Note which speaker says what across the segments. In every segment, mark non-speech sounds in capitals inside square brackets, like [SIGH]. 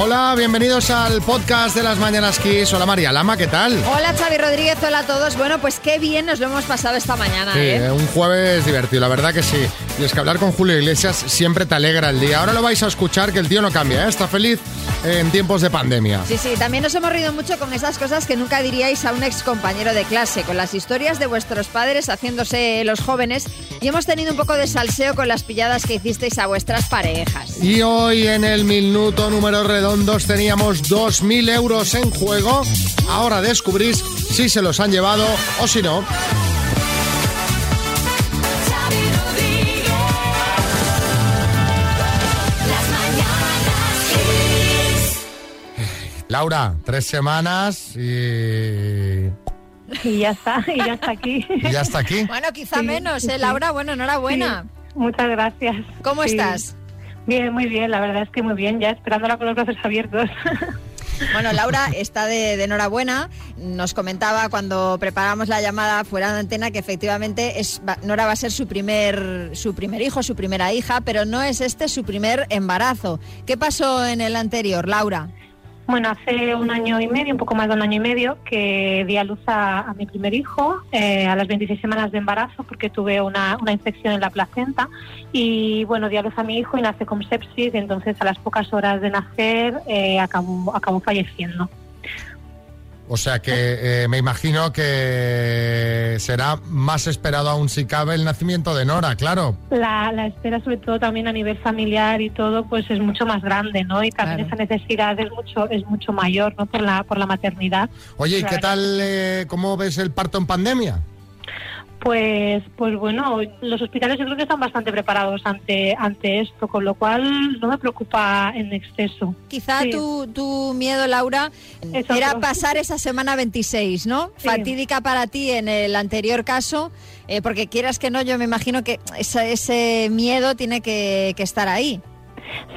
Speaker 1: Hola, bienvenidos al podcast de las Mañanas Kiss. Hola María Lama, ¿qué tal?
Speaker 2: Hola Xavi Rodríguez, hola a todos. Bueno, pues qué bien nos lo hemos pasado esta mañana.
Speaker 1: Sí,
Speaker 2: ¿eh?
Speaker 1: eh, un jueves divertido, la verdad que sí. Y es que hablar con Julio Iglesias siempre te alegra el día. Ahora lo vais a escuchar que el tío no cambia, ¿eh? está feliz en tiempos de pandemia.
Speaker 2: Sí, sí, también nos hemos reído mucho con esas cosas que nunca diríais a un ex compañero de clase, con las historias de vuestros padres haciéndose los jóvenes y hemos tenido un poco de salseo con las pilladas que hicisteis a vuestras parejas.
Speaker 1: Y hoy en el minuto número redondos teníamos 2.000 euros en juego. Ahora descubrís si se los han llevado o si no. Laura, tres semanas y...
Speaker 3: Y ya está, y ya está aquí.
Speaker 1: y ya está aquí.
Speaker 2: Bueno, quizá
Speaker 3: Sí,
Speaker 2: menos,
Speaker 3: sí,
Speaker 2: ¿eh,
Speaker 3: sí.
Speaker 2: Laura? Bueno, enhorabuena.
Speaker 3: Sí, Muchas gracias.
Speaker 2: ¿Cómo
Speaker 3: Sí.
Speaker 2: estás?
Speaker 3: Bien, muy bien, la verdad es que muy bien, ya esperándola con los brazos abiertos. [LAUGHS]
Speaker 2: Bueno, Laura está de, de enhorabuena. Nos comentaba cuando preparamos la llamada fuera de antena que efectivamente es, va- Nora va a ser su primer, su primer hijo, su primera hija, pero no es este su primer embarazo. ¿Qué pasó en el anterior, Laura?
Speaker 3: Bueno, hace un año y medio, un poco más de un año y medio, que di a luz a, a mi primer hijo eh, a las 26 semanas de embarazo porque tuve una, una infección en la placenta y bueno, di a luz a mi hijo y nace con sepsis, entonces a las pocas horas de nacer eh, acabó, acabó falleciendo.
Speaker 1: O sea que eh, me imagino que será más esperado aún si cabe el nacimiento de Nora, claro.
Speaker 3: la, la espera sobre todo también a nivel familiar y todo pues es mucho más grande no y también
Speaker 2: Claro.
Speaker 3: esa necesidad es mucho es mucho mayor no por la por la maternidad
Speaker 1: Oye, ¿y qué
Speaker 3: Claro.
Speaker 1: tal, eh, cómo ves el parto en pandemia?
Speaker 3: pues pues bueno los hospitales yo creo que están bastante preparados ante ante esto con lo cual no me preocupa en exceso
Speaker 2: Quizá
Speaker 3: Sí.
Speaker 2: tu, tu miedo, Laura,
Speaker 3: Es
Speaker 2: era
Speaker 3: otro.
Speaker 2: pasar esa semana 26, ¿no?
Speaker 3: Sí.
Speaker 2: Fatídica para ti en el anterior caso, eh, porque quieras que no, yo me imagino que esa- ese miedo tiene que- que estar ahí.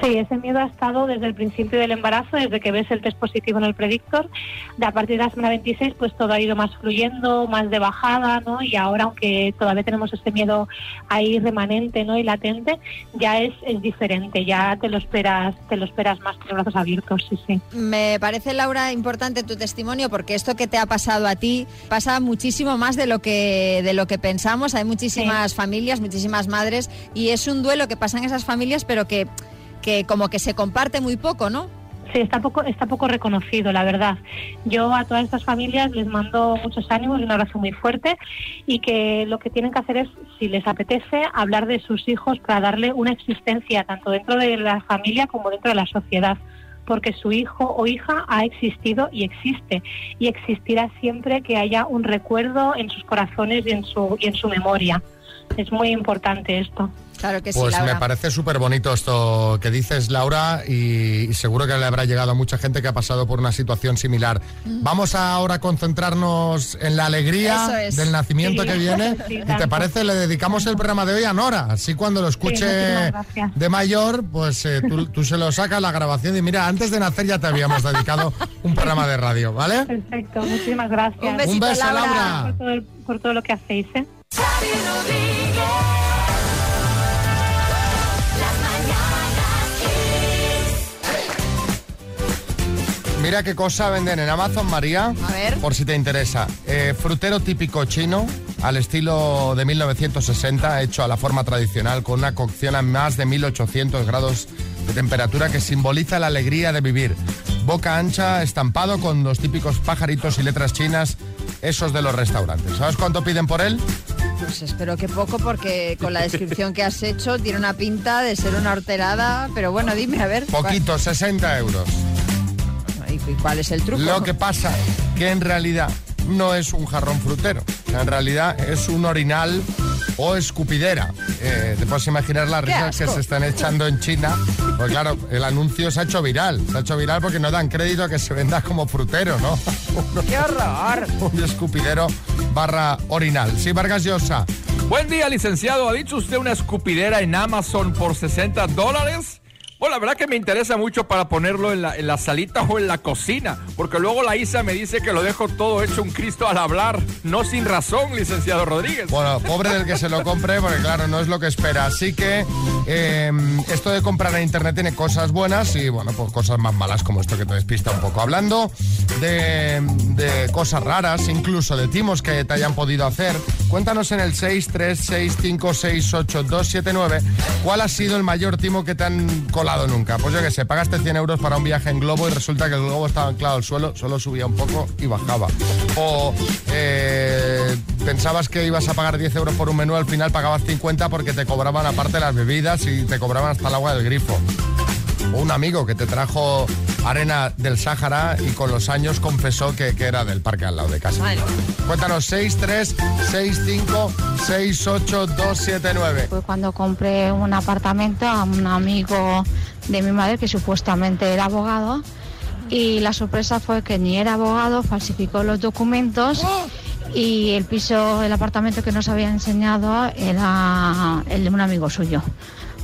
Speaker 3: Sí, ese miedo ha estado desde el principio del embarazo, desde que ves el test positivo en el predictor. De a partir de la semana 26, pues todo ha ido más fluyendo, más de bajada, ¿no? Y ahora, aunque todavía tenemos ese miedo ahí remanente, ¿no? Y latente, ya es, es diferente, ya te lo esperas, te lo esperas más con los brazos abiertos, sí, sí.
Speaker 2: Me parece, Laura, importante tu testimonio porque esto que te ha pasado a ti pasa muchísimo más de lo que, de lo que pensamos. Hay muchísimas familias, muchísimas madres y es un duelo que pasan esas familias pero que, que como que se comparte muy poco, ¿no?
Speaker 3: Sí, está poco, está poco reconocido, la verdad. Yo a todas estas familias les mando muchos ánimos y un abrazo muy fuerte y que lo que tienen que hacer es, si les apetece, hablar de sus hijos para darle una existencia tanto dentro de la familia como dentro de la sociedad, porque su hijo o hija ha existido y existe y existirá siempre que haya un recuerdo en sus corazones y en su, y en su memoria. Es muy importante esto.
Speaker 2: Claro que
Speaker 1: pues
Speaker 2: sí, Laura.
Speaker 1: me parece súper bonito esto que dices, Laura, y, y seguro que le habrá llegado a mucha gente que ha pasado por una situación similar. Vamos ahora a concentrarnos en la
Speaker 2: Eso
Speaker 1: alegría
Speaker 2: es.
Speaker 1: del nacimiento
Speaker 3: Sí.
Speaker 1: que viene.
Speaker 3: Sí,
Speaker 1: ¿Y te
Speaker 3: tanto.
Speaker 1: parece? Le dedicamos el programa de hoy a Nora. Así cuando lo escuche
Speaker 3: muchísimas gracias.
Speaker 1: de mayor, pues eh, tú, tú se lo sacas la grabación y mira, antes de nacer ya te habíamos dedicado un programa de radio, ¿vale?
Speaker 3: Perfecto, muchísimas gracias.
Speaker 2: Un besito,
Speaker 1: un beso,
Speaker 2: Laura.
Speaker 1: Laura.
Speaker 3: por todo, el- por todo lo que hacéis. ¿eh?
Speaker 1: Mira qué cosa venden en Amazon, María.
Speaker 2: A ver.
Speaker 1: Por si te interesa. Eh, frutero típico chino, al estilo de 1960, hecho a la forma tradicional, con una cocción a más de 1800 grados de temperatura que simboliza la alegría de vivir. Boca ancha, estampado con los típicos pajaritos y letras chinas, esos de los restaurantes. ¿Sabes cuánto piden por él?
Speaker 2: Pues espero que poco porque con la descripción que has hecho tiene una pinta de ser una horterada, pero bueno, dime a ver. ¿cuál-
Speaker 1: Poquito, 60 euros.
Speaker 2: ¿Y y cuál es el truco?
Speaker 1: Lo que pasa que en realidad no es un jarrón frutero, en realidad es un orinal o escupidera. Eh, te puedes imaginar las
Speaker 2: ¡Qué
Speaker 1: risas que
Speaker 2: asco!
Speaker 1: se están echando en China. Pues claro, el anuncio se ha hecho viral. Se ha hecho viral porque no dan crédito a que se venda como frutero, ¿no? [LAUGHS]
Speaker 2: ¡Qué horror!
Speaker 1: Un escupidero barra orinal. Sí, Vargas Llosa.
Speaker 4: Buen día, licenciado. ¿Ha dicho usted una escupidera en Amazon por 60 dólares? Bueno, la verdad que me interesa mucho para ponerlo en la, en la salita o en la cocina, porque luego la Isa me dice que lo dejo todo hecho un Cristo al hablar, no sin razón, licenciado Rodríguez.
Speaker 1: Bueno, pobre del que se lo compre, porque claro, no es lo que espera. Así que eh, esto de comprar en internet tiene cosas buenas y bueno, pues cosas más malas como esto que te despista un poco. Hablando de, de cosas raras, incluso de timos que te hayan podido hacer, cuéntanos en el 636568279 cuál ha sido el mayor timo que te han colado nunca. Pues yo que sé, pagaste 100 euros para un viaje en globo y resulta que el globo estaba anclado al suelo, solo subía un poco y bajaba. O eh, pensabas que ibas a pagar 10 euros por un menú, al final pagabas 50 porque te cobraban aparte las bebidas y te cobraban hasta el agua del grifo. O un amigo que te trajo arena del Sáhara y con los años confesó que, que era del parque al lado de casa. Cuéntanos 6, 3, 6, 5, 6, 8, 2, 7, 9.
Speaker 5: Pues cuando compré un apartamento a un amigo de mi madre que supuestamente era abogado y la sorpresa fue que ni era abogado, falsificó los documentos y el piso, el apartamento que nos había enseñado era el de un amigo suyo.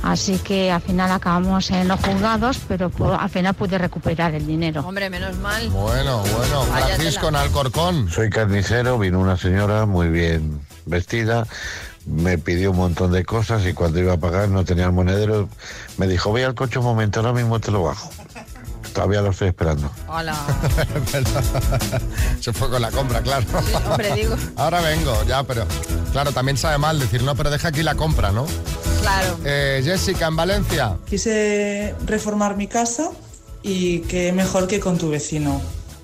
Speaker 5: Así que al final acabamos en los juzgados, pero pu- al final pude recuperar el dinero.
Speaker 2: Hombre, menos mal.
Speaker 1: Bueno, bueno,
Speaker 2: Vaya
Speaker 1: Francisco en
Speaker 2: tela.
Speaker 1: Alcorcón. [LAUGHS]
Speaker 6: Soy carnicero, vino una señora muy bien vestida, me pidió un montón de cosas y cuando iba a pagar no tenía el monedero. Me dijo, ve al coche un momento, ahora mismo te lo bajo. Todavía lo estoy esperando.
Speaker 2: Hola.
Speaker 1: Se fue con la compra, claro.
Speaker 2: Hombre, digo,
Speaker 1: Ahora vengo, ya, pero claro, también sabe mal decir, no, pero deja aquí la compra, ¿no?
Speaker 2: claro.
Speaker 1: Eh, Jessica, en Valencia.
Speaker 7: Quise reformar mi casa y qué mejor que con tu vecino.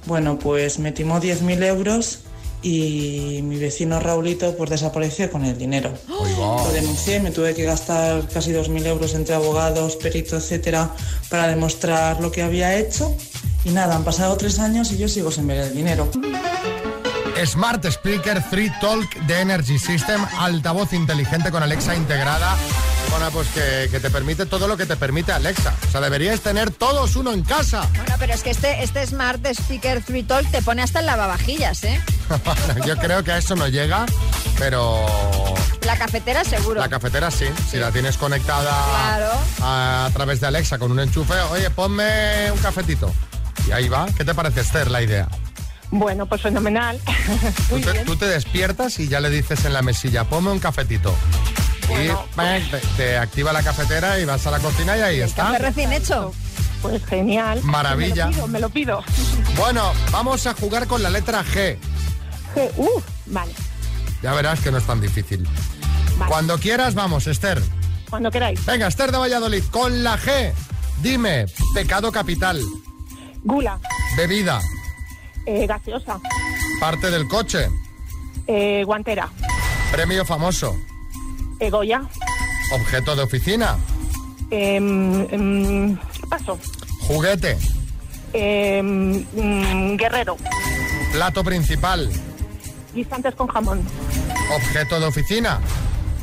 Speaker 7: Bueno, pues me timó 10.000 euros y mi vecino Raulito pues desapareció con el dinero.
Speaker 1: Uy, va.
Speaker 7: Lo denuncié, me tuve que gastar casi 2.000 euros entre abogados, perito, etcétera, para demostrar lo que había hecho. Y nada, han pasado tres años y yo sigo sin ver el dinero.
Speaker 1: Smart Speaker Free Talk de Energy System, altavoz inteligente con Alexa integrada. Bueno, pues que, que te permite todo lo que te permite Alexa. O sea, deberías tener todos uno en casa. [LAUGHS]
Speaker 2: Bueno, pero es que este, este Smart Speaker 3 Talk te pone hasta el lavavajillas, ¿eh?
Speaker 1: Yo creo que a eso no llega, pero
Speaker 2: La cafetera seguro.
Speaker 1: la cafetera sí. Si la tienes conectada
Speaker 2: Claro.
Speaker 1: a, a través de Alexa con un enchufe, oye, ponme un cafetito. Y ahí va. ¿Qué te parece, Esther, la idea?
Speaker 8: Bueno, pues fenomenal. [LAUGHS]
Speaker 1: Tú
Speaker 8: Muy
Speaker 1: te,
Speaker 8: bien.
Speaker 1: tú te despiertas y ya le dices en la mesilla, ponme un cafetito.
Speaker 8: Bueno,
Speaker 1: y ¡pam! te, te activa la cafetera y vas a la cocina y ahí
Speaker 2: Café
Speaker 1: está.
Speaker 8: Ah,
Speaker 2: recién hecho.
Speaker 8: Pues genial. Me
Speaker 1: Maravilla.
Speaker 8: lo pido, me lo pido.
Speaker 1: Bueno, vamos a jugar con la letra G.
Speaker 8: Je- Uh, vale,
Speaker 1: Ya verás que no es tan difícil.
Speaker 8: Vale.
Speaker 1: Cuando quieras, vamos, Esther.
Speaker 8: cuando queráis.
Speaker 1: Venga, Esther de Valladolid, con la G. Dime, pecado capital,
Speaker 8: Gula,
Speaker 1: bebida,
Speaker 8: eh, gaseosa,
Speaker 1: parte del coche,
Speaker 8: eh, guantera,
Speaker 1: premio famoso,
Speaker 8: eh, Goya,
Speaker 1: objeto de oficina,
Speaker 8: eh, mm, paso,
Speaker 1: juguete,
Speaker 8: eh, mm, guerrero,
Speaker 1: plato principal,
Speaker 8: guisantes con jamón.
Speaker 1: objeto de oficina,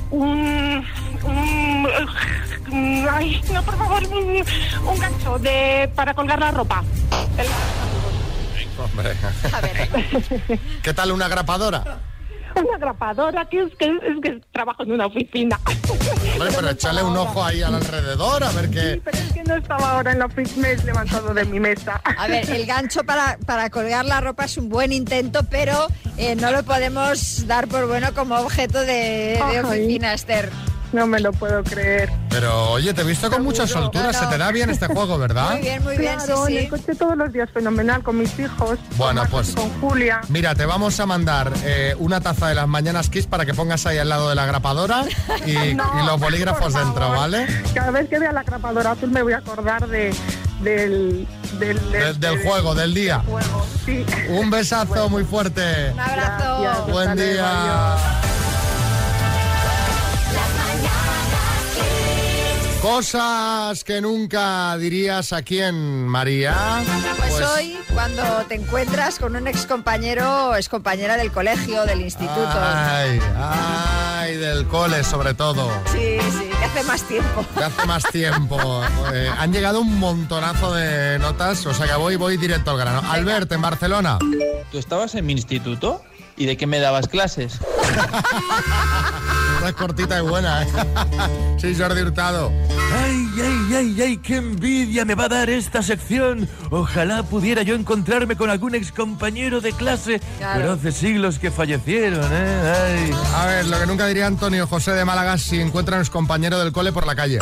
Speaker 8: Un, un- mm, ay, no, por favor, un, un gancho de, para colgar la ropa. El-
Speaker 1: Hombre.
Speaker 2: A ver,
Speaker 1: ¿Qué tal una grapadora?
Speaker 8: una grapadora, que es que, es que trabajo en una oficina.
Speaker 1: Hombre, pero échale un ojo ahí al alrededor a ver qué.
Speaker 8: Pero es que no estaba ahora en la oficina, me he levantado de mi mesa. [LAUGHS]
Speaker 2: a ver, el gancho para, para colgar la ropa es un buen intento, pero eh, no lo podemos dar por bueno como objeto de, de
Speaker 8: Ay.
Speaker 2: oficina, Esther.
Speaker 8: No me lo puedo creer.
Speaker 1: Pero oye, te he visto con mucha soltura, se te da bien este juego, ¿verdad?
Speaker 2: Muy bien, muy bien,
Speaker 8: claro,
Speaker 2: sí,
Speaker 8: en
Speaker 2: sí.
Speaker 8: el coche todos los días fenomenal con mis hijos.
Speaker 1: Bueno,
Speaker 8: con Marcos
Speaker 1: pues-
Speaker 8: y Con Julia.
Speaker 1: Mira, te vamos a mandar eh, una taza de las mañanas Kiss para que pongas ahí al lado de la grapadora
Speaker 8: [LAUGHS]
Speaker 1: y,
Speaker 8: No,
Speaker 1: y los
Speaker 8: por
Speaker 1: bolígrafos
Speaker 8: favor.
Speaker 1: dentro, ¿vale?
Speaker 8: Cada vez que vea la grapadora azul me voy a acordar de, del, del,
Speaker 1: De- del juego, del día.
Speaker 8: juego, sí.
Speaker 1: Un besazo muy fuerte.
Speaker 2: Un abrazo.
Speaker 8: Gracias.
Speaker 1: Buen
Speaker 8: Hasta luego,
Speaker 1: día. Cosas que nunca dirías a quién, María.
Speaker 2: Pues, hoy, cuando te encuentras con un excompañero o excompañera del colegio, del instituto.
Speaker 1: Ay, ay, del cole sobre todo.
Speaker 2: Sí, sí, que hace más tiempo.
Speaker 1: de hace más tiempo. Eh, han llegado un montonazo de notas, o sea que voy, voy directo al grano. Albert, en Barcelona.
Speaker 9: ¿Tú estabas en mi instituto? ¿Y de qué me dabas clases?
Speaker 1: [LAUGHS] Esta es cortita y buena, ¿eh? Sí, Jordi Hurtado.
Speaker 9: ¡Ay, ay,
Speaker 10: Ay, ay, ay, qué envidia me va a dar esta sección. Ojalá pudiera yo encontrarme con algún excompañero de clase,
Speaker 1: Claro.
Speaker 10: pero hace siglos que fallecieron, ¿eh? Ay.
Speaker 1: A ver, lo que nunca diría Antonio José de Málaga si encuentra a los compañeros del cole por la calle.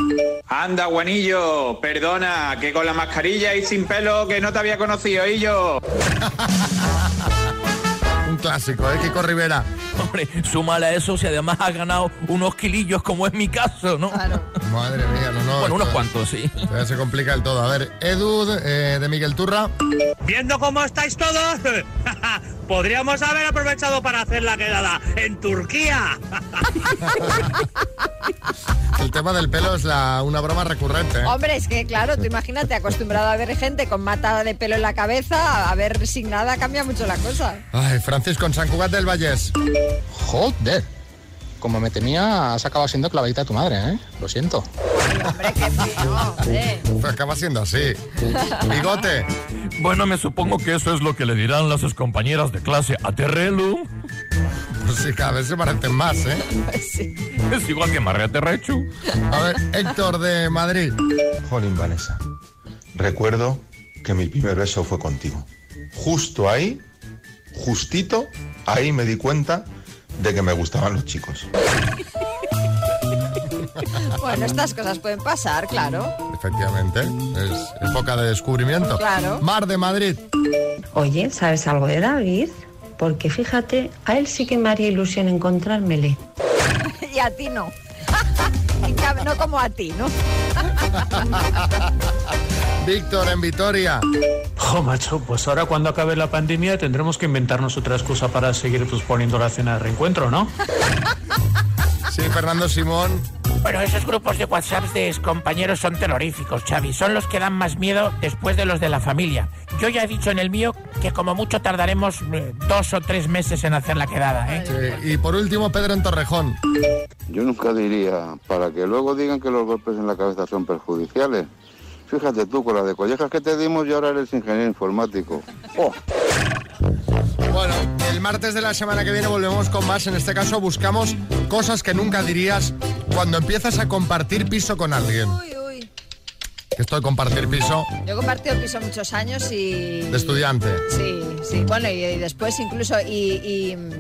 Speaker 11: Anda, guanillo, perdona, que con la mascarilla y sin pelo que no te había conocido, y yo.
Speaker 1: Un clásico, ¿eh? Kiko Rivera.
Speaker 9: Hombre, súmale a eso si además has ganado unos kilillos, como es mi caso, ¿no?
Speaker 1: Madre mía, no, no.
Speaker 9: Bueno, unos
Speaker 1: esto-
Speaker 9: cuantos, sí.
Speaker 1: todavía se complica el todo. A ver, Edu eh, de Miguel Turra.
Speaker 12: Viendo cómo estáis todos, [LAUGHS] podríamos haber aprovechado para hacer la quedada en Turquía.
Speaker 1: El tema del pelo es la- una broma recurrente. ¿eh?
Speaker 2: Hombre, es que claro, tú imagínate, acostumbrado a ver gente con matada de pelo en la cabeza, a ver sin nada cambia mucho la cosa. [LAUGHS]
Speaker 1: Ay, Francisco en San Cugat del Vallés.
Speaker 13: Joder. Como me temía, has acabado siendo clavadita de tu madre, ¿eh? Lo siento.
Speaker 1: Acaba siendo así. Bigote.
Speaker 10: Bueno, me supongo que eso es lo que le dirán las compañeras de clase a Terrelu.
Speaker 1: Pues sí, cada vez se parecen más, ¿eh?
Speaker 10: Es igual que Marrete Rechu.
Speaker 1: A ver, Héctor de Madrid.
Speaker 14: Jolín, Vanessa. Recuerdo que mi primer beso fue contigo. Justo ahí, justito, ahí me di cuenta de que me gustaban los chicos.
Speaker 2: Bueno, estas cosas pueden pasar, claro. [LAUGHS]
Speaker 1: Efectivamente, es época de descubrimiento.
Speaker 2: Claro.
Speaker 1: Mar de Madrid.
Speaker 15: Oye, ¿sabes algo de David? Porque fíjate, a él sí que me haría ilusión encontrármele.
Speaker 2: Y a ti no. [LAUGHS] En cam- No como a ti, ¿no?
Speaker 1: Víctor en Vitoria.
Speaker 16: Jo, macho, pues ahora cuando acabe la pandemia tendremos que inventarnos otra excusa para seguir posponiendo la cena de reencuentro, ¿no?
Speaker 1: Sí, Fernando Simón.
Speaker 17: Bueno, esos grupos de WhatsApp de compañeros son terroríficos, Xavi. Son los que dan más miedo después de los de la familia. Yo ya he dicho en el mío que como mucho tardaremos eh, dos o tres meses en hacer la quedada, ¿eh?
Speaker 1: Sí, y por último, Pedro en Torrejón.
Speaker 18: Yo nunca diría, para que luego digan que los golpes en la cabeza son perjudiciales. Fíjate tú, con las de collejas que te dimos y ahora eres ingeniero informático. ¡Oh!
Speaker 1: Bueno, el martes de la semana que viene volvemos con más. En este caso, buscamos cosas que nunca dirías cuando empiezas a compartir piso con alguien.
Speaker 2: Uy, uy.
Speaker 1: Que estoy compartir piso
Speaker 2: Yo he compartido piso muchos años y...
Speaker 1: de estudiante.
Speaker 2: Sí, sí. Bueno, y, y después incluso... Y, y, mm,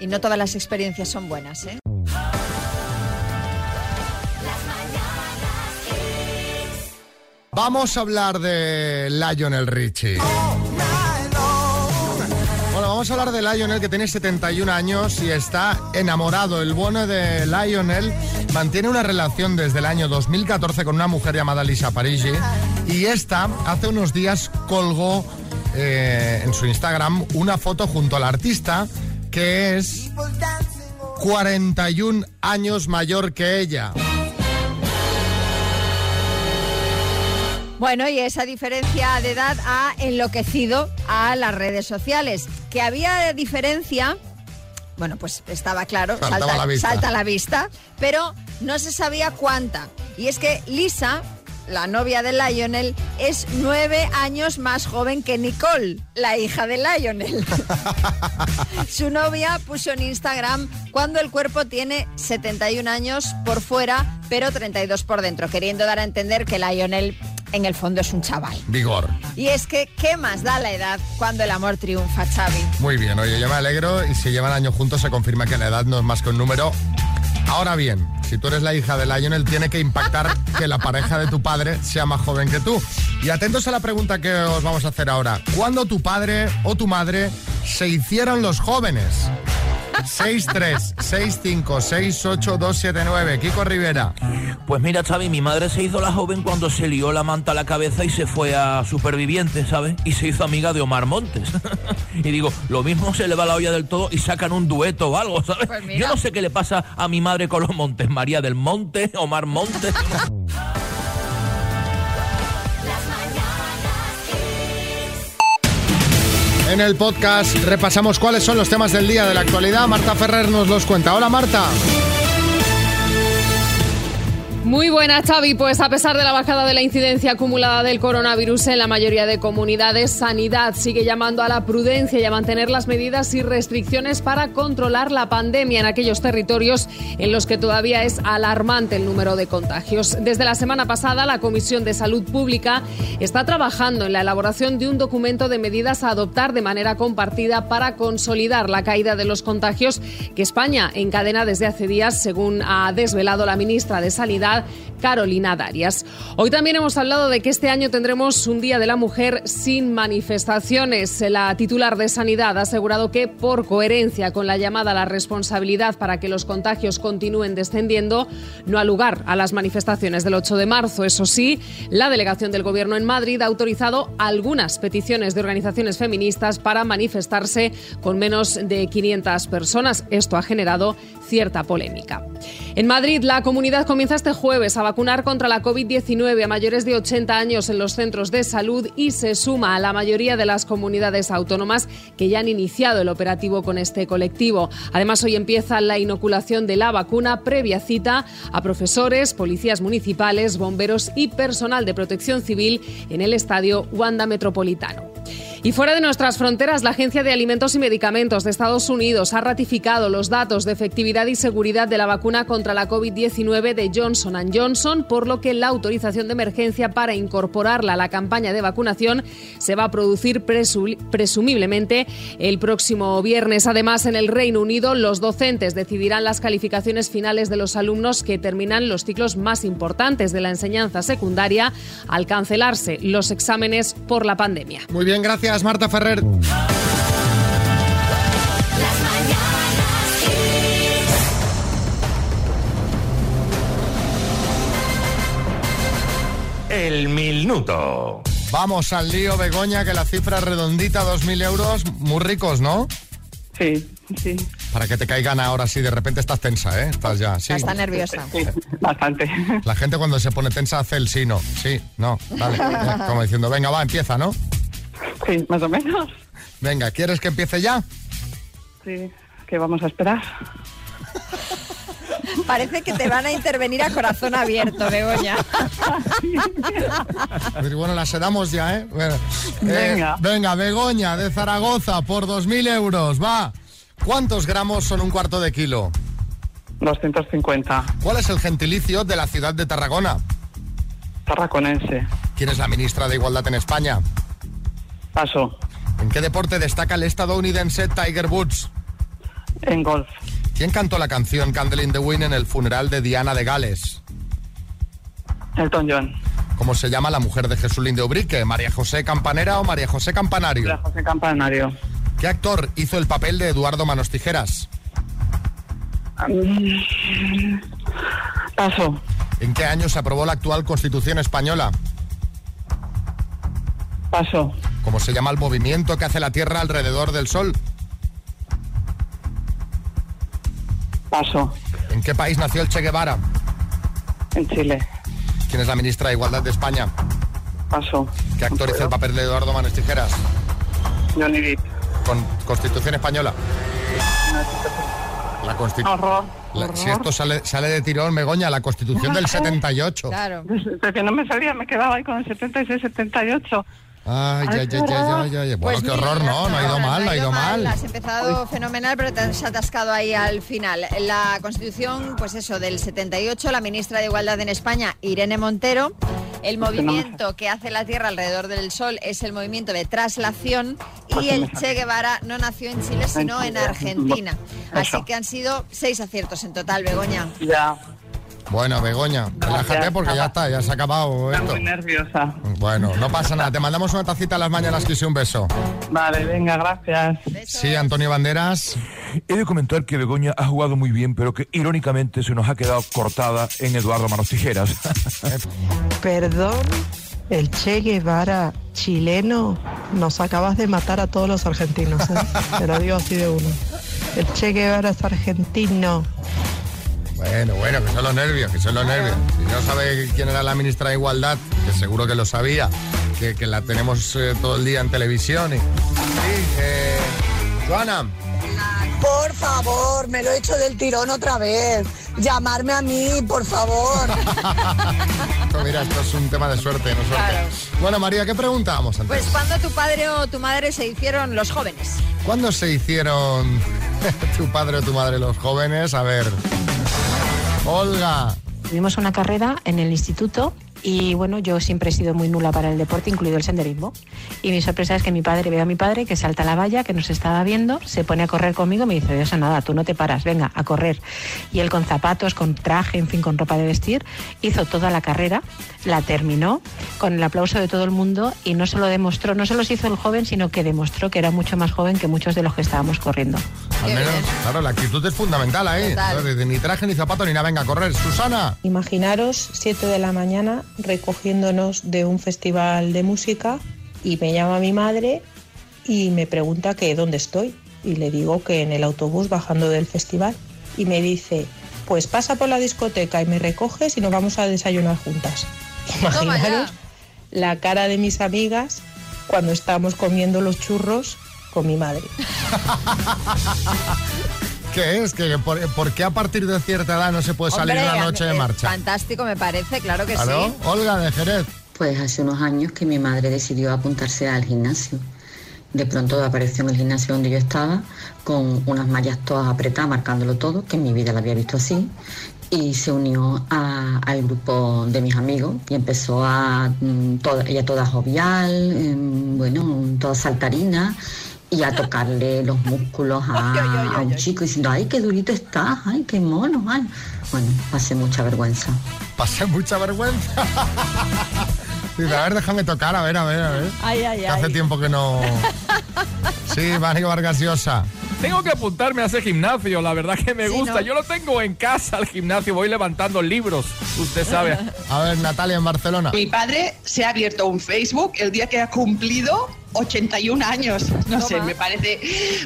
Speaker 2: y no todas las experiencias son buenas, ¿eh?
Speaker 1: Vamos a hablar de Lionel Richie. Bueno, vamos a hablar de Lionel que tiene 71 años y está enamorado. El bueno de Lionel mantiene una relación desde el año 2014 con una mujer llamada Lisa Parigi y esta hace unos días colgó eh, en su Instagram una foto junto al artista que es 41 años mayor que ella.
Speaker 2: Bueno, y esa diferencia de edad ha enloquecido a las redes sociales. Que había diferencia, bueno, pues estaba claro,
Speaker 19: Saltaba
Speaker 2: salta,
Speaker 19: a la vista.
Speaker 2: salta a la vista, pero no se sabía cuánta. Y es que Lisa, la novia de Lionel, es nueve años más joven que Nicole, la hija de
Speaker 19: [LAUGHS]
Speaker 2: Lionel. Su novia puso en Instagram cuando el cuerpo tiene 71 años por fuera, pero 32 por dentro, queriendo dar a entender que Lionel en el fondo es un chaval.
Speaker 1: Vigor.
Speaker 2: Y es que, ¿qué más da la edad cuando el amor triunfa, Xavi?
Speaker 1: Muy bien, oye, yo me alegro y si llevan años juntos se confirma que la edad no es más que un número. Ahora bien, si tú eres la hija de Lionel, tiene que impactar que la pareja de tu padre sea más joven que tú. Y atentos a la pregunta que os vamos a hacer ahora. ¿Cuándo tu padre o tu madre se hicieron los jóvenes? 636568279. Kiko Rivera.
Speaker 9: Pues mira, Xavi, mi madre se hizo la joven cuando se lió la manta a la cabeza y se fue a Supervivientes, ¿sabes? Y se hizo amiga de Omar Montes. [LAUGHS] y digo, lo mismo se le va la olla del todo y sacan un dueto o algo, ¿sabes?
Speaker 1: Pues
Speaker 9: Yo no sé qué le pasa a mi madre con los Montes, María del Monte, Omar Montes.
Speaker 1: En el podcast repasamos cuáles son los temas del día de la actualidad. Marta Ferrer nos los cuenta. Hola Marta.
Speaker 19: Muy buenas, Xavi. Pues a pesar de la bajada de la incidencia acumulada del coronavirus en la mayoría de comunidades, Sanidad sigue llamando a la prudencia y a mantener las medidas y restricciones para controlar la pandemia en aquellos territorios en los que todavía es alarmante el número de contagios. Desde la semana pasada, la Comisión de Salud Pública está trabajando en la elaboración de un documento de medidas a adoptar de manera compartida para consolidar la caída de los contagios que España encadena desde hace días, según ha desvelado la ministra de Sanidad, Carolina Darias. Hoy también hemos hablado de que este año tendremos un Día de la Mujer sin manifestaciones. La titular de Sanidad ha asegurado que, por coherencia con la llamada a la responsabilidad para que los contagios continúen descendiendo, no ha lugar a las manifestaciones del 8 de marzo. Eso sí, la delegación del Gobierno en Madrid ha autorizado algunas peticiones de organizaciones feministas para manifestarse con menos de 500 personas. Esto ha generado cierta polémica. En Madrid, la comunidad comienza este jueves a vacunar contra la COVID-19 a mayores de 80 años en los centros de salud y se suma a la mayoría de las comunidades autónomas que ya han iniciado el operativo con este colectivo. Además, hoy empieza la inoculación de la vacuna previa cita a profesores, policías municipales, bomberos y personal de protección civil en el estadio Wanda Metropolitano. Y fuera de nuestras fronteras, la Agencia de Alimentos y Medicamentos de Estados Unidos ha ratificado los datos de efectividad y seguridad de la vacuna contra la COVID-19 de Johnson Johnson, por lo que la autorización de emergencia para incorporarla a la campaña de vacunación se va a producir presu- presumiblemente el próximo viernes. Además, en el Reino Unido, los docentes decidirán las calificaciones finales de los alumnos que terminan los ciclos más importantes de la enseñanza secundaria al cancelarse los exámenes por la pandemia.
Speaker 1: Muy bien, gracias Marta Ferrer.
Speaker 20: El minuto.
Speaker 1: Vamos al lío, Begoña, que la cifra es redondita, 2.000 euros, muy ricos, ¿no?
Speaker 21: Sí, sí.
Speaker 1: Para que te caigan ahora sí, de repente estás tensa, ¿eh? Estás ya, sí.
Speaker 2: Está nerviosa.
Speaker 21: Bastante.
Speaker 1: La gente cuando se pone tensa hace el sí, no, sí, no,
Speaker 21: [LAUGHS]
Speaker 1: dale. Eh, Como diciendo, venga, va, empieza, ¿no?
Speaker 21: Sí, más o menos.
Speaker 1: Venga, ¿quieres que empiece ya?
Speaker 21: Sí, ¿qué vamos a esperar?
Speaker 2: Parece que te van a intervenir a corazón abierto, Begoña.
Speaker 1: Pues, Bueno, la sedamos ya, ¿eh? Bueno, eh,
Speaker 21: Venga.
Speaker 1: venga, Begoña de Zaragoza por 2.000 euros, va. ¿Cuántos gramos son un cuarto de kilo?
Speaker 21: 250.
Speaker 1: ¿Cuál es el gentilicio de la ciudad de Tarragona?
Speaker 21: Tarraconense.
Speaker 1: ¿Quién es la ministra de Igualdad en España?
Speaker 21: Paso.
Speaker 1: ¿En qué deporte destaca el estadounidense Tiger Woods?
Speaker 21: En golf.
Speaker 1: ¿Quién cantó la canción Candle in the Wind en el funeral de Diana de Gales?
Speaker 21: Elton John.
Speaker 1: ¿Cómo se llama la mujer de Jesulín de Ubrique? ¿María José Campanera o María José Campanario?
Speaker 21: María José Campanario.
Speaker 1: ¿Qué actor hizo el papel de Eduardo Manos Tijeras?
Speaker 21: Mm, Paso.
Speaker 1: ¿En qué año se aprobó la actual Constitución española?
Speaker 21: Paso.
Speaker 1: ¿Cómo se llama el movimiento que hace la Tierra alrededor del Sol?
Speaker 21: Paso.
Speaker 1: ¿En qué país nació el Che Guevara?
Speaker 21: En Chile.
Speaker 1: ¿Quién es la ministra de Igualdad de España?
Speaker 21: Paso.
Speaker 1: ¿Qué actor hizo el papel de Eduardo Manos Tijeras?
Speaker 21: Johnny Depp.
Speaker 1: Con Constitución española. La Constitución.
Speaker 21: Horror.
Speaker 1: Si esto sale, sale de tirón, Megoña, la Constitución del 78.
Speaker 2: Claro.
Speaker 21: Porque no me salía, me quedaba ahí con el 76, 78.
Speaker 1: Ay, ay, ay, ay, ay, ay. Bueno,
Speaker 2: Pues
Speaker 1: qué
Speaker 2: mira,
Speaker 1: horror, no,
Speaker 2: hasta
Speaker 1: no ha ido
Speaker 2: ahora,
Speaker 1: mal, no ha ido mal.
Speaker 2: Has empezado fenomenal, pero te has atascado ahí al final. La Constitución, pues eso, del 78, la ministra de Igualdad en España, Irene Montero. El movimiento que hace la Tierra alrededor del Sol es el movimiento de traslación y el Che Guevara no nació en Chile, sino en Argentina. Así que han sido seis aciertos en total, Begoña.
Speaker 21: Ya,
Speaker 1: Bueno, Begoña, relájate porque ya está, ya se ha acabado esto.
Speaker 21: muy nerviosa.
Speaker 1: Bueno, no pasa nada, te mandamos una tacita a las mañanas, que un beso.
Speaker 21: Vale, venga, gracias.
Speaker 1: Sí, Antonio Banderas.
Speaker 9: [LAUGHS] He de comentar que Begoña ha jugado muy bien, pero que irónicamente se nos ha quedado cortada en Eduardo Manos Tijeras.
Speaker 22: Perdón, el Che Guevara chileno, nos acabas de matar a todos los argentinos. ¿eh? Te lo digo así de uno. El Che Guevara es argentino.
Speaker 1: Bueno, bueno, que son los nervios, que son los nervios. Si no sabe quién era la ministra de Igualdad, que seguro que lo sabía, que, que la tenemos eh, todo el día en televisión. Y... Sí, eh, Joana,
Speaker 23: Por favor, me lo he hecho del tirón otra vez.
Speaker 3: Llamarme a mí, por favor.
Speaker 1: Esto, mira, esto es un tema de suerte, no suerte.
Speaker 2: Claro.
Speaker 1: Bueno, María, ¿qué preguntábamos antes?
Speaker 2: Pues cuando tu padre o tu madre se hicieron los jóvenes.
Speaker 1: ¿Cuándo se hicieron [LAUGHS] tu padre o tu madre los jóvenes? A ver. Olga.
Speaker 4: Tuvimos una carrera en el instituto y bueno, yo siempre he sido muy nula para el deporte, incluido el senderismo. Y mi sorpresa es que mi padre, veo a mi padre que salta la valla, que nos estaba viendo, se pone a correr conmigo y me dice, de eso nada, tú no te paras, venga, a correr. Y él con zapatos, con traje, en fin, con ropa de vestir, hizo toda la carrera, la terminó con el aplauso de todo el mundo y no solo demostró, no solo se hizo el joven, sino que demostró que era mucho más joven que muchos de los que estábamos corriendo.
Speaker 1: Al menos, claro, la actitud es fundamental ahí.
Speaker 4: Total.
Speaker 1: Claro, Ni traje, ni zapato, ni nada, venga a correr. Susana.
Speaker 22: Imaginaros 7 de la mañana recogiéndonos de un festival de música y me llama mi madre y me pregunta que dónde estoy y le digo que en el autobús bajando del festival y me dice pues pasa por la discoteca y me recoges y nos vamos a desayunar juntas. Imaginaros la cara de mis amigas cuando estábamos comiendo los churros con mi madre.
Speaker 1: ¿Qué es? ¿Que por, por qué a partir de cierta edad no se puede salir
Speaker 2: Hombre,
Speaker 1: la
Speaker 2: a-
Speaker 1: noche de
Speaker 2: es
Speaker 1: marcha?
Speaker 2: Fantástico, me parece, claro que
Speaker 1: Claro.
Speaker 2: sí.
Speaker 1: Olga de Jerez.
Speaker 23: Pues hace unos años que mi madre decidió apuntarse al gimnasio. De pronto apareció en el gimnasio donde yo estaba con unas mallas todas apretadas, marcándolo todo, que en mi vida la había visto así, y se unió a- al grupo de mis amigos y empezó a, mm, toda- ella toda jovial, em, bueno, toda saltarina, y a tocarle los músculos [LAUGHS] a, a un chico diciendo, ay, qué durito estás, ay, qué mono, ay. Bueno, pasé mucha vergüenza.
Speaker 1: Pasé mucha vergüenza. [LAUGHS] Dice, a ver, déjame tocar, a ver, a ver, a ver.
Speaker 2: Ay, ay,
Speaker 1: Que hace tiempo
Speaker 2: [LAUGHS]
Speaker 1: que no. Sí, Mario Vargas Llosa.
Speaker 24: Tengo que apuntarme a ese gimnasio, la verdad que me
Speaker 1: Sí,
Speaker 24: gusta.
Speaker 1: ¿no?
Speaker 24: Yo lo tengo en casa, al gimnasio, voy levantando libros, usted
Speaker 1: [LAUGHS]
Speaker 24: sabe.
Speaker 1: A ver, Natalia en Barcelona.
Speaker 25: Mi padre se ha abierto un Facebook el día que ha cumplido 81 años. No sé, me parece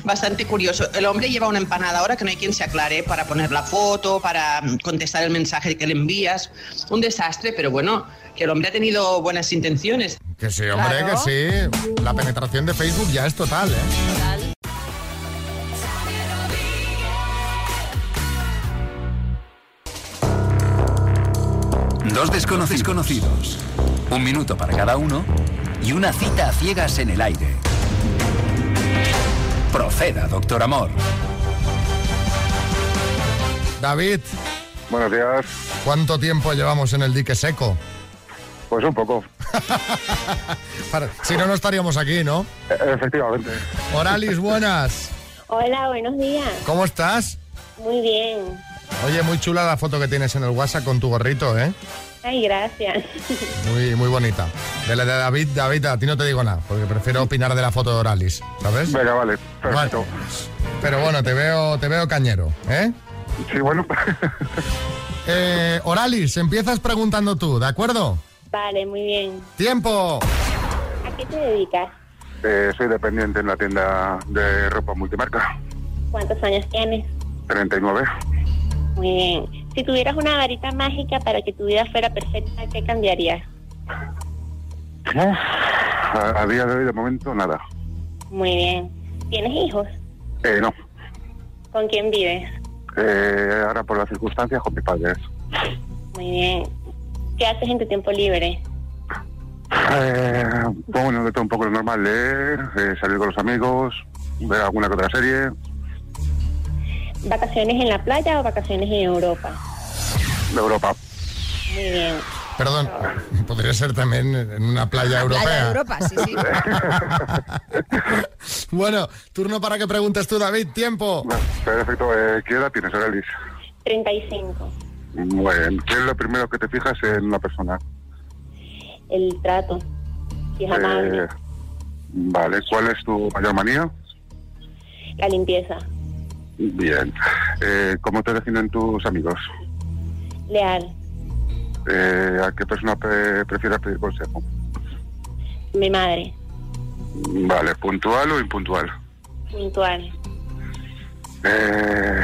Speaker 25: bastante curioso. El hombre lleva una empanada ahora que no hay quien se aclare para poner la foto, para mm, contestar el mensaje que le envías. Un desastre, pero bueno, que el hombre ha tenido buenas intenciones.
Speaker 1: Que sí, hombre,
Speaker 25: Claro.
Speaker 1: que sí. La penetración de Facebook ya es total, ¿eh?
Speaker 26: Dos desconocidos conocidos. Un minuto para cada uno y una cita a ciegas en el aire. Proceda, doctor Amor.
Speaker 1: David.
Speaker 27: Buenos días.
Speaker 1: ¿Cuánto tiempo llevamos en el dique seco?
Speaker 27: Pues un poco.
Speaker 1: Para- si no, no estaríamos aquí, ¿no?
Speaker 27: Efectivamente.
Speaker 1: Oralis, buenas.
Speaker 28: Hola, buenos días.
Speaker 1: ¿Cómo estás?
Speaker 28: Muy bien.
Speaker 1: Oye, muy chula la foto que tienes en el WhatsApp con tu gorrito, ¿eh?
Speaker 28: Ay, gracias.
Speaker 1: Muy, muy bonita. De la de David, David, a ti no te digo nada, porque prefiero opinar de la foto de Oralis, ¿sabes?
Speaker 27: Venga, vale.
Speaker 1: Vale. Pero bueno, te veo, te veo cañero, ¿eh?
Speaker 27: Sí, bueno. [LAUGHS]
Speaker 1: Eh, Oralis, empiezas preguntando tú, ¿de acuerdo?
Speaker 28: Vale, muy bien.
Speaker 1: ¡Tiempo!
Speaker 28: ¿A qué te dedicas?
Speaker 27: Eh, soy dependiente en la tienda de ropa multimarca.
Speaker 28: ¿Cuántos años tienes?
Speaker 27: 39.
Speaker 28: Muy bien. Si tuvieras una varita mágica para que tu vida fuera perfecta, ¿qué cambiarías?
Speaker 27: Uf, A, a día de hoy, de momento, nada.
Speaker 28: Muy bien. ¿Tienes hijos?
Speaker 27: Eh, no.
Speaker 28: ¿Con quién vives?
Speaker 27: Eh, ahora, por las circunstancias, con mis padres.
Speaker 28: Muy bien. ¿Qué haces en tu tiempo libre?
Speaker 27: Eh, bueno, de todo un poco lo normal. Leer, eh, salir con los amigos, ver alguna que otra serie.
Speaker 28: ¿Vacaciones en la playa o vacaciones en Europa?
Speaker 27: De Europa.
Speaker 28: Muy bien.
Speaker 1: Perdón, podría ser también en una playa europea.
Speaker 28: Playa de Europa, sí,
Speaker 1: [LAUGHS]
Speaker 28: sí.
Speaker 1: bueno, turno para que preguntes tú, David. Tiempo.
Speaker 27: Perfecto. Eh, ¿Qué edad tienes, Arelis?
Speaker 28: 35.
Speaker 27: Bueno, ¿qué es lo primero que te fijas en una persona?
Speaker 28: El trato. Si es amable.
Speaker 27: Eh, vale, ¿cuál es tu mayor manía?
Speaker 28: La limpieza.
Speaker 27: Bien. Eh, ¿Cómo te definen tus amigos?
Speaker 28: Leal.
Speaker 27: Eh, ¿A qué persona pre- prefieres pedir consejo?
Speaker 28: Mi madre.
Speaker 27: Vale, ¿puntual o impuntual?
Speaker 28: Puntual.
Speaker 27: Eh,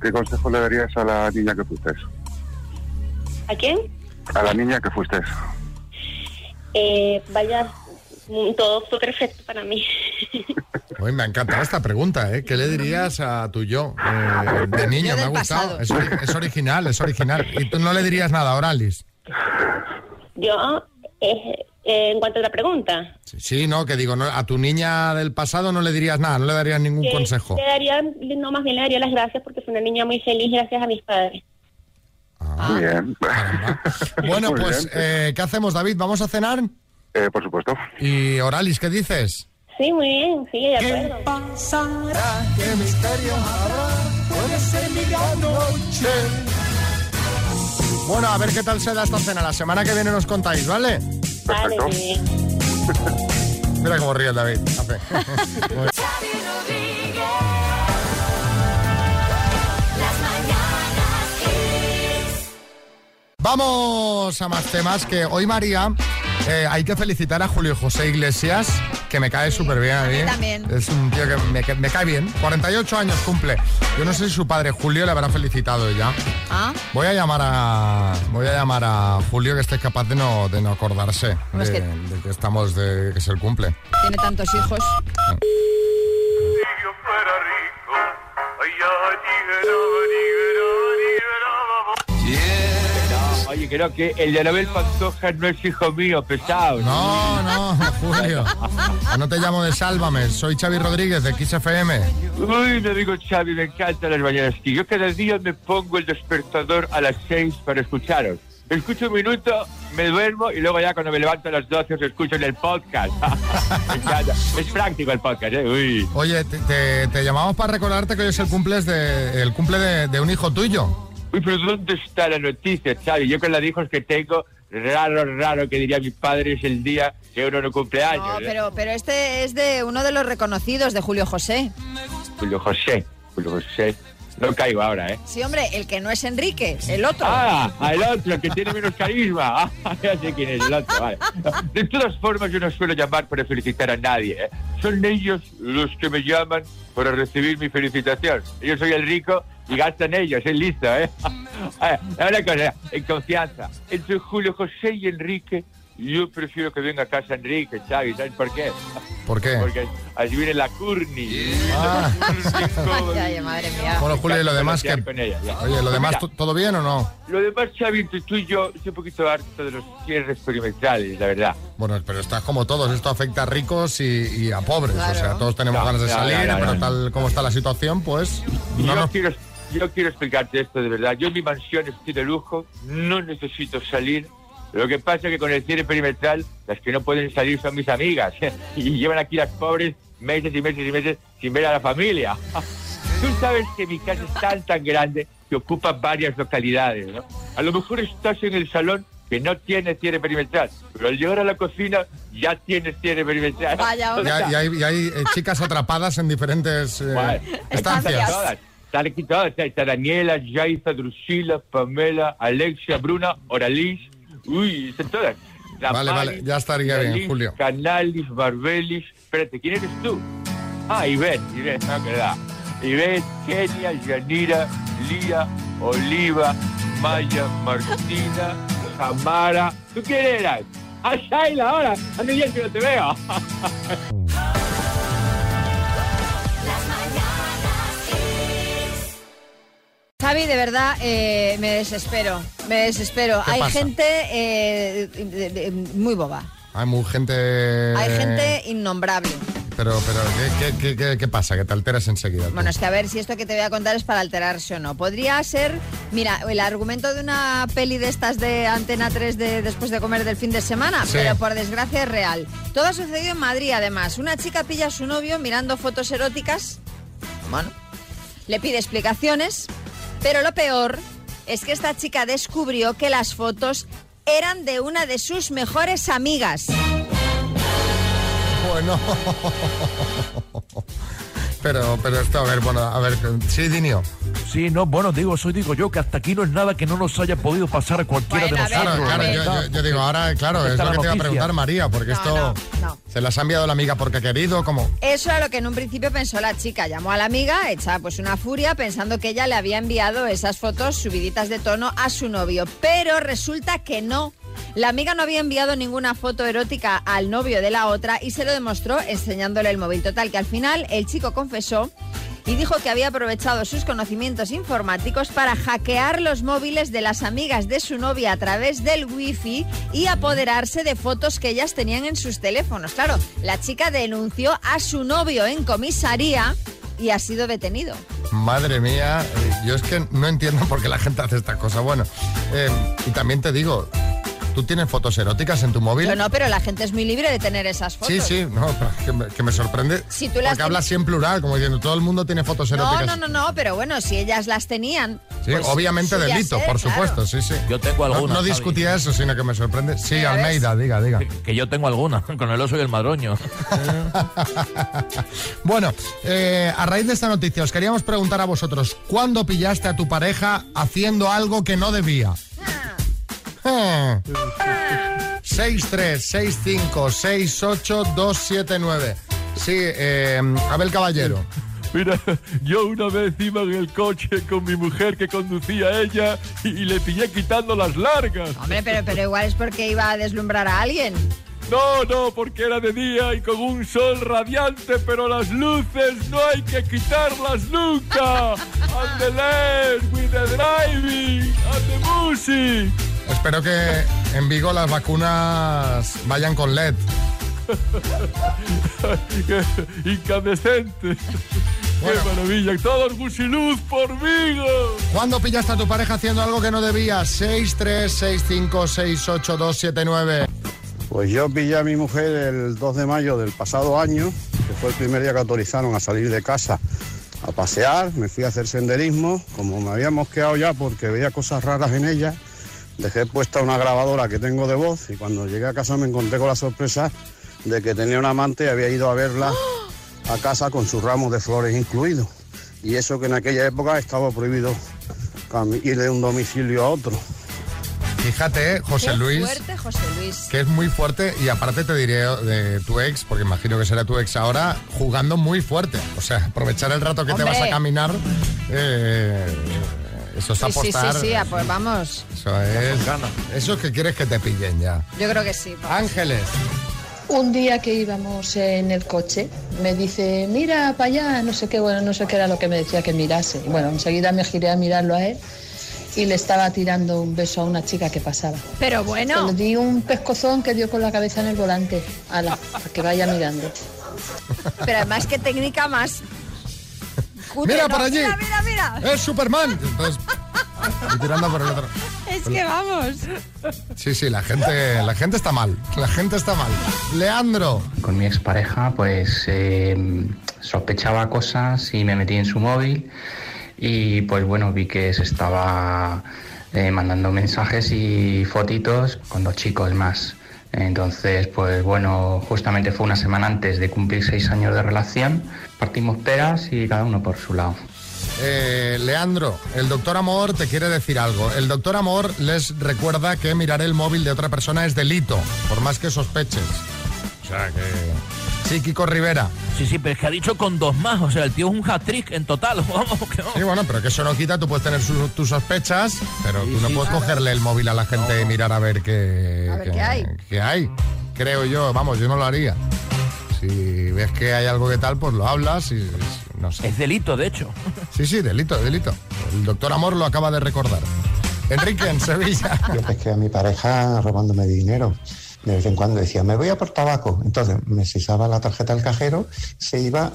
Speaker 27: ¿Qué consejo le darías a la niña que fuiste?
Speaker 28: ¿A quién?
Speaker 27: A la niña que fuiste.
Speaker 28: Eh, vaya, mm, todo fue perfecto para mí. [LAUGHS]
Speaker 1: Uy, me ha encantado esta pregunta, ¿eh? ¿Qué le dirías a tu yo eh, de niño?
Speaker 5: Yo
Speaker 1: Me ha
Speaker 5: del
Speaker 1: gustado.
Speaker 5: pasado.
Speaker 1: Es, ori- es original, es original. Y tú no le dirías nada ahora, Alice.
Speaker 28: Yo, eh, eh, en cuanto a la pregunta,
Speaker 1: Sí, no, que digo, no, a tu niña del pasado no le dirías nada, no le darías ningún
Speaker 28: que
Speaker 1: consejo.
Speaker 28: le daría, no más bien le daría las gracias porque fue una niña muy feliz gracias a mis padres.
Speaker 1: Muy
Speaker 27: bien.
Speaker 1: Bueno,
Speaker 27: Muy
Speaker 1: pues,
Speaker 27: bien.
Speaker 1: eh, ¿qué hacemos, David? ¿Vamos a cenar?
Speaker 27: Eh, por supuesto.
Speaker 1: Y Oralis, ¿qué dices?
Speaker 28: Sí, muy bien, sí, de
Speaker 1: ¿Qué
Speaker 28: acuerdo.
Speaker 6: pasará? ¿Qué misterio habrá? Puede ser mi gran noche.
Speaker 1: Bueno, a ver qué tal se da esta cena. La semana que viene nos contáis, ¿vale?
Speaker 28: Vale, muy bien.
Speaker 1: Mira cómo ríe el David. Muy bien. Vamos a más temas que hoy María eh, hay que felicitar a Julio José Iglesias, que me cae súper bien a mí.
Speaker 2: también.
Speaker 1: Es un tío que me, que me cae bien. 48 años cumple. Yo no sé si su padre Julio le habrá felicitado ya.
Speaker 2: Ah,
Speaker 1: Voy a llamar a voy a llamar a Julio que esté capaz de no, de no acordarse
Speaker 2: Hombre, es
Speaker 1: de,
Speaker 2: que-
Speaker 1: de que estamos de que es el cumple.
Speaker 2: tiene tantos hijos.
Speaker 24: Oye, creo que el de Anabel Pantoja no es hijo mío, pesado.
Speaker 1: No, no, [LAUGHS] Julio. Ah, No te llamo de Sálvame, soy Xavi Rodríguez de XFM.
Speaker 24: Uy, mi amigo Xavi, me encantan las mañanas aquí. Yo cada día me pongo el despertador a las 6 para escucharos. Escucho un minuto, me duermo y luego ya cuando me levanto a las 12 os escucho en el podcast. [LAUGHS] Me encanta. es práctico el podcast, ¿eh? Uy.
Speaker 1: Oye, te, te- te llamamos para recordarte que hoy es el cumple de, el cumple de, de un hijo tuyo.
Speaker 24: Uy, pero ¿dónde está la noticia, Xavi? Yo con los hijos que tengo, raro, raro que diría mi padre es el día que uno no cumple años.
Speaker 2: No,
Speaker 24: ¿eh?
Speaker 2: pero, pero este es de uno de los reconocidos de Julio José.
Speaker 24: Julio José, Julio José. No caigo ahora, ¿eh?
Speaker 2: Sí, hombre, el que no es Enrique, el otro.
Speaker 24: Ah, al otro, que tiene menos carisma. [LAUGHS] Ah, ya sé quién es el otro, vale. De todas formas, yo no suelo llamar para felicitar a nadie. ¿eh? Son ellos los que me llaman para recibir mi felicitación. Yo soy el rico y gastan ellos, es listo, ¿eh? [LAUGHS] Ah, Una cosa, en confianza. Entre Julio José y Enrique, yo prefiero que venga a casa Enrique, ¿sabes? ¿Sabes por qué?
Speaker 1: ¿Por qué?
Speaker 24: Porque así viene la curni. Ah.
Speaker 2: [LAUGHS] Ay, madre mía.
Speaker 1: Bueno, Julio, y lo demás que.
Speaker 24: Con ella, ya.
Speaker 1: Oye, lo demás,
Speaker 24: Mira,
Speaker 1: ¿to- ¿todo bien o no?
Speaker 24: lo demás, Xavi, entre tú y yo, estoy un poquito harto de los cierres perimetrales, la verdad.
Speaker 1: Bueno, pero estás como todos, esto afecta a ricos y, y a pobres. O sea, todos tenemos
Speaker 24: Ya,
Speaker 1: ganas de
Speaker 24: ya,
Speaker 1: salir,
Speaker 24: ya, ya,
Speaker 1: pero
Speaker 24: ya.
Speaker 1: tal como está la situación, pues.
Speaker 24: yo, quiero, yo quiero explicarte esto de verdad. Yo en mi mansión estoy de lujo, no necesito salir. Lo que pasa es que con el cierre perimetral, las que no pueden salir son mis amigas. [LAUGHS] y llevan aquí las pobres meses y meses y meses sin ver a la familia. [LAUGHS] Tú sabes que mi casa es tan, tan grande que ocupa varias localidades, ¿no? A lo mejor estás en el salón que no tiene cierre perimetral, pero al llegar a la cocina ya tienes cierre perimetral.
Speaker 1: Y
Speaker 24: [LAUGHS] O sea,
Speaker 1: hay, y hay- y hay, eh, chicas atrapadas en diferentes eh,
Speaker 24: Guay.
Speaker 1: estancias.
Speaker 24: Todas. Están aquí todas. Está, está Daniela, Yaisa, Drusila, Pamela, Alexia, Bruna, Oralis. Uy, están todas. La
Speaker 1: Vale,
Speaker 24: Mari,
Speaker 1: vale, ya estaría
Speaker 24: Oralis,
Speaker 1: bien, Julio.
Speaker 24: Canalis, Barbelis. Espérate, ¿quién eres tú? Ah, Ivette, Ivette, no, que da. Ivette, Kenia, Yanira, Lía, Oliva, Maya, Martina, Jamara. ¿Tú quién eras? ¡Ah, Shaila, ahora! ¡Hace días que no te veo!
Speaker 2: Xavi, de verdad, eh, me desespero, me desespero.
Speaker 1: ¿Qué
Speaker 2: Hay
Speaker 1: pasa?
Speaker 2: gente eh, de- de- muy boba,
Speaker 1: Hay mu- gente. eh,
Speaker 2: hay gente innombrable.
Speaker 1: Pero, pero ¿qué, qué, qué, qué- qué pasa? Que te alteras enseguida. tú.
Speaker 2: Bueno, es que a ver si esto que te voy a contar es para alterarse o no. Podría ser, mira, el argumento de una peli de estas de Antena 3 de después de comer del fin de semana,
Speaker 7: Sí.
Speaker 2: pero por desgracia es real. Todo ha sucedido en Madrid, además. Una chica pilla a su novio mirando fotos eróticas, bueno, le pide explicaciones, pero lo peor es que esta chica descubrió que las fotos eran de una de sus mejores amigas.
Speaker 1: Bueno. [LAUGHS] Pero, pero esto, a ver, bueno, a ver, sí, Dinio.
Speaker 9: Sí, no, bueno, digo, eso digo yo, que hasta aquí no es nada que no nos haya podido pasar a cualquiera de nosotros.
Speaker 1: claro, claro, yo, yo- yo digo, ahora, claro, es
Speaker 9: Está
Speaker 1: lo
Speaker 9: la
Speaker 1: que te iba a
Speaker 9: noticia.
Speaker 1: preguntar María, porque esto
Speaker 2: no.
Speaker 1: se las ha enviado la amiga porque ha querido, como...
Speaker 2: Eso era lo que en un principio pensó la chica. Llamó a la amiga, hecha pues una furia, pensando que ella le había enviado esas fotos subiditas de tono a su novio. Pero resulta que no. La amiga no había enviado ninguna foto erótica al novio de la otra y se lo demostró enseñándole el móvil. Total, que al final el chico confesó y dijo que había aprovechado sus conocimientos informáticos para hackear los móviles de las amigas de su novia a través del wifi y apoderarse de fotos que ellas tenían en sus teléfonos. Claro, la chica denunció a su novio en comisaría y ha sido detenido.
Speaker 1: Madre mía, eh, yo es que no entiendo por qué la gente hace estas cosas. Bueno, eh, y también te digo, ¿tú tienes fotos eróticas en tu móvil?
Speaker 2: Yo no, pero la gente es muy libre de tener esas fotos.
Speaker 1: Sí, sí, no, pero es que me, que me sorprende.
Speaker 2: Si tú
Speaker 1: porque
Speaker 2: las
Speaker 1: hablas
Speaker 2: tienes-
Speaker 1: en plural, como diciendo, todo el mundo tiene fotos
Speaker 2: No,
Speaker 1: eróticas.
Speaker 2: no, no, no, pero bueno, si ellas las tenían.
Speaker 1: Sí,
Speaker 2: pues
Speaker 1: obviamente
Speaker 2: suya
Speaker 1: delito,
Speaker 2: ser,
Speaker 1: por
Speaker 2: claro.
Speaker 1: supuesto, sí, sí.
Speaker 9: Yo tengo
Speaker 1: No,
Speaker 9: alguna,
Speaker 1: no
Speaker 9: Javi.
Speaker 1: discutía eso, sino que me sorprende. Sí,
Speaker 9: Mira, ¿ves?
Speaker 1: Almeida, diga, diga.
Speaker 9: Que yo tengo alguna, [LAUGHS] con el oso y el madroño.
Speaker 1: Bueno, eh, a raíz de esta noticia os queríamos preguntar a vosotros, ¿cuándo pillaste a tu pareja haciendo algo que no debía? Ah.
Speaker 2: [LAUGHS]
Speaker 1: 636568279. Sí, eh, Abel Caballero.
Speaker 29: Mira, yo una vez iba en el coche con mi mujer que conducía ella y, y le pillé quitando las largas.
Speaker 2: Hombre, pero, pero igual es porque iba a deslumbrar a alguien.
Speaker 29: No, no, porque era de día y con un sol radiante, pero las luces no hay que quitarlas nunca. On the left with the driving, on the music.
Speaker 1: Espero que en Vigo las vacunas vayan con E LED.
Speaker 29: [LAUGHS] Incandescentes. Qué maravilla, todos gusiluz por Vigo.
Speaker 1: ¿Cuándo pillaste a tu pareja haciendo algo que no debía? 636568279.
Speaker 6: Pues yo pillé a mi mujer el 2 de mayo del pasado año, que fue el primer día que autorizaron a salir de casa a pasear, me fui a hacer senderismo, como me había mosqueado ya porque veía cosas raras en ella, dejé puesta una grabadora que tengo de voz y cuando llegué a casa me encontré con la sorpresa de que tenía un amante y había ido a verla a casa con sus ramos de flores incluidos. Y eso que en aquella época estaba prohibido cami- ir de un domicilio a otro.
Speaker 1: Fíjate, eh, José
Speaker 2: Qué
Speaker 1: Luis.
Speaker 2: fuerte, José Luis.
Speaker 1: que es muy fuerte y aparte te diré de tu ex, porque imagino que será tu ex ahora, jugando muy fuerte. O sea, aprovechar el rato que
Speaker 2: Hombre.
Speaker 1: te vas a caminar, eh, eso es
Speaker 2: Sí, sí, sí,
Speaker 1: apostar.
Speaker 2: sí, ah, pues vamos.
Speaker 1: Eso es, eso es que quieres que te pillen ya.
Speaker 2: Yo creo que sí.
Speaker 1: Ángeles,
Speaker 8: Un día que íbamos en el coche, me dice, mira para allá, no sé qué, bueno, no sé qué era lo que me decía que mirase. Y Bueno, enseguida me giré a mirarlo a él y le estaba tirando un beso a una chica que pasaba.
Speaker 1: Ah.
Speaker 2: Pero bueno.
Speaker 8: Le di un pescozón que dio con la cabeza en el volante. Ala, para que vaya mirando.
Speaker 2: Pero además, qué técnica más. cutre,
Speaker 1: Mira
Speaker 2: ¿no?
Speaker 1: para allí.
Speaker 2: Mira, mira, mira.
Speaker 1: es Superman. Entonces, y tirando por el otro.
Speaker 2: Es que vamos.
Speaker 1: Sí, sí, la gente, la gente está mal. La gente está mal. Leandro.
Speaker 10: Con mi expareja, pues eh, sospechaba cosas y me metí en su móvil y pues bueno, vi que se estaba eh, mandando mensajes y fotitos con dos chicos más. Entonces, pues bueno, justamente fue una semana antes de cumplir seis años de relación, partimos peras y cada uno por su lado.
Speaker 1: Eh, Leandro, el doctor Amor te quiere decir algo. El doctor Amor les recuerda que mirar el móvil de otra persona es delito, por más que sospeches. O sea que. Sí, Kiko Rivera.
Speaker 9: Sí, sí, pero es que ha dicho con dos más. O sea, el tío es un hat-trick en total. [LAUGHS] Vamos, que vamos.
Speaker 1: Sí, bueno, pero que eso no quita, tú puedes tener su- tus sospechas, pero tú no puedes cogerle el móvil a la gente y mirar a ver qué,
Speaker 2: A ver qué hay.
Speaker 1: qué hay. Creo yo, vamos, yo no lo haría. Si ves que hay algo que tal, pues lo hablas y y no
Speaker 2: Eh.
Speaker 1: sé.
Speaker 9: Es delito, de hecho.
Speaker 1: Sí, sí, delito, delito. El doctor Amor lo acaba de recordar. Enrique, en
Speaker 2: [LAUGHS]
Speaker 1: Sevilla.
Speaker 27: Yo pesqué a mi pareja robándome dinero. De vez en cuando decía, me voy a por tabaco. Entonces me sisaba la tarjeta al cajero, se iba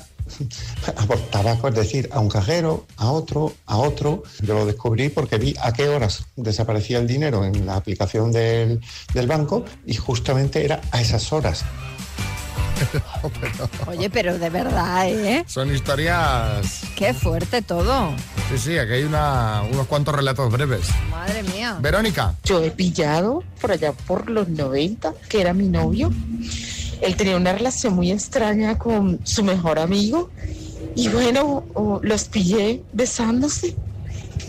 Speaker 27: a por tabaco, es decir, a un cajero, a otro, a otro. Yo lo descubrí porque vi a qué horas desaparecía el dinero en la aplicación del, del banco y justamente era a esas horas.
Speaker 2: Oye, pero de verdad, ¿eh?
Speaker 1: Son historias.
Speaker 2: Qué fuerte todo.
Speaker 1: Sí, sí, aquí hay una- unos cuantos relatos breves.
Speaker 2: Madre mía.
Speaker 1: Verónica.
Speaker 12: Yo he pillado por allá por los 90, que era mi novio. Él tenía una relación muy extraña con su mejor amigo. Y bueno, oh, los pillé besándose.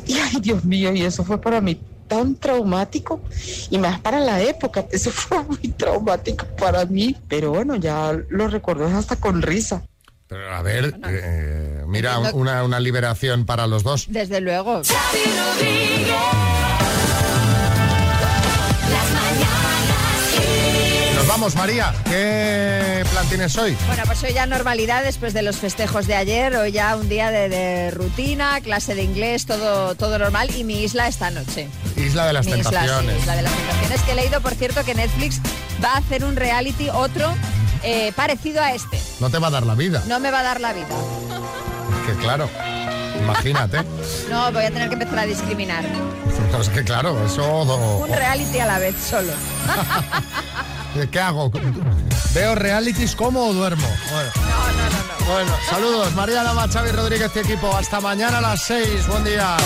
Speaker 12: Y ay, Dios mío, y eso fue para mí tan traumático. Y más para la época, [LAUGHS] eso fue muy traumático para mí. Pero bueno, ya lo recuerdo hasta con risa.
Speaker 1: Pero a ver, eh, mira,
Speaker 2: Entiendo-
Speaker 1: una, una liberación para los dos.
Speaker 2: Desde luego.
Speaker 30: Las mañanas.
Speaker 1: Vamos, María, ¿qué plan tienes hoy?
Speaker 2: Bueno, pues hoy ya normalidad después de los festejos de ayer, hoy ya un día de, de rutina, clase de inglés, todo, todo normal y mi isla esta noche.
Speaker 1: Isla de las
Speaker 2: Mi isla, sí,
Speaker 1: Tentaciones.
Speaker 2: isla de las tentaciones que he leído, por cierto, que Netflix va a hacer un reality, otro eh, parecido a este.
Speaker 1: No te va a dar la vida,
Speaker 2: No me va a dar la vida.
Speaker 1: que claro, imagínate. [LAUGHS]
Speaker 2: No, voy a tener que empezar a discriminar.
Speaker 1: No, es que claro, eso...
Speaker 2: Un reality a la vez solo.
Speaker 1: ¿Qué hago? ¿Veo realities como o duermo? Bueno. Bueno, saludos, María Lama, Xavi Rodríguez y equipo. Hasta mañana a las 6. Buen día.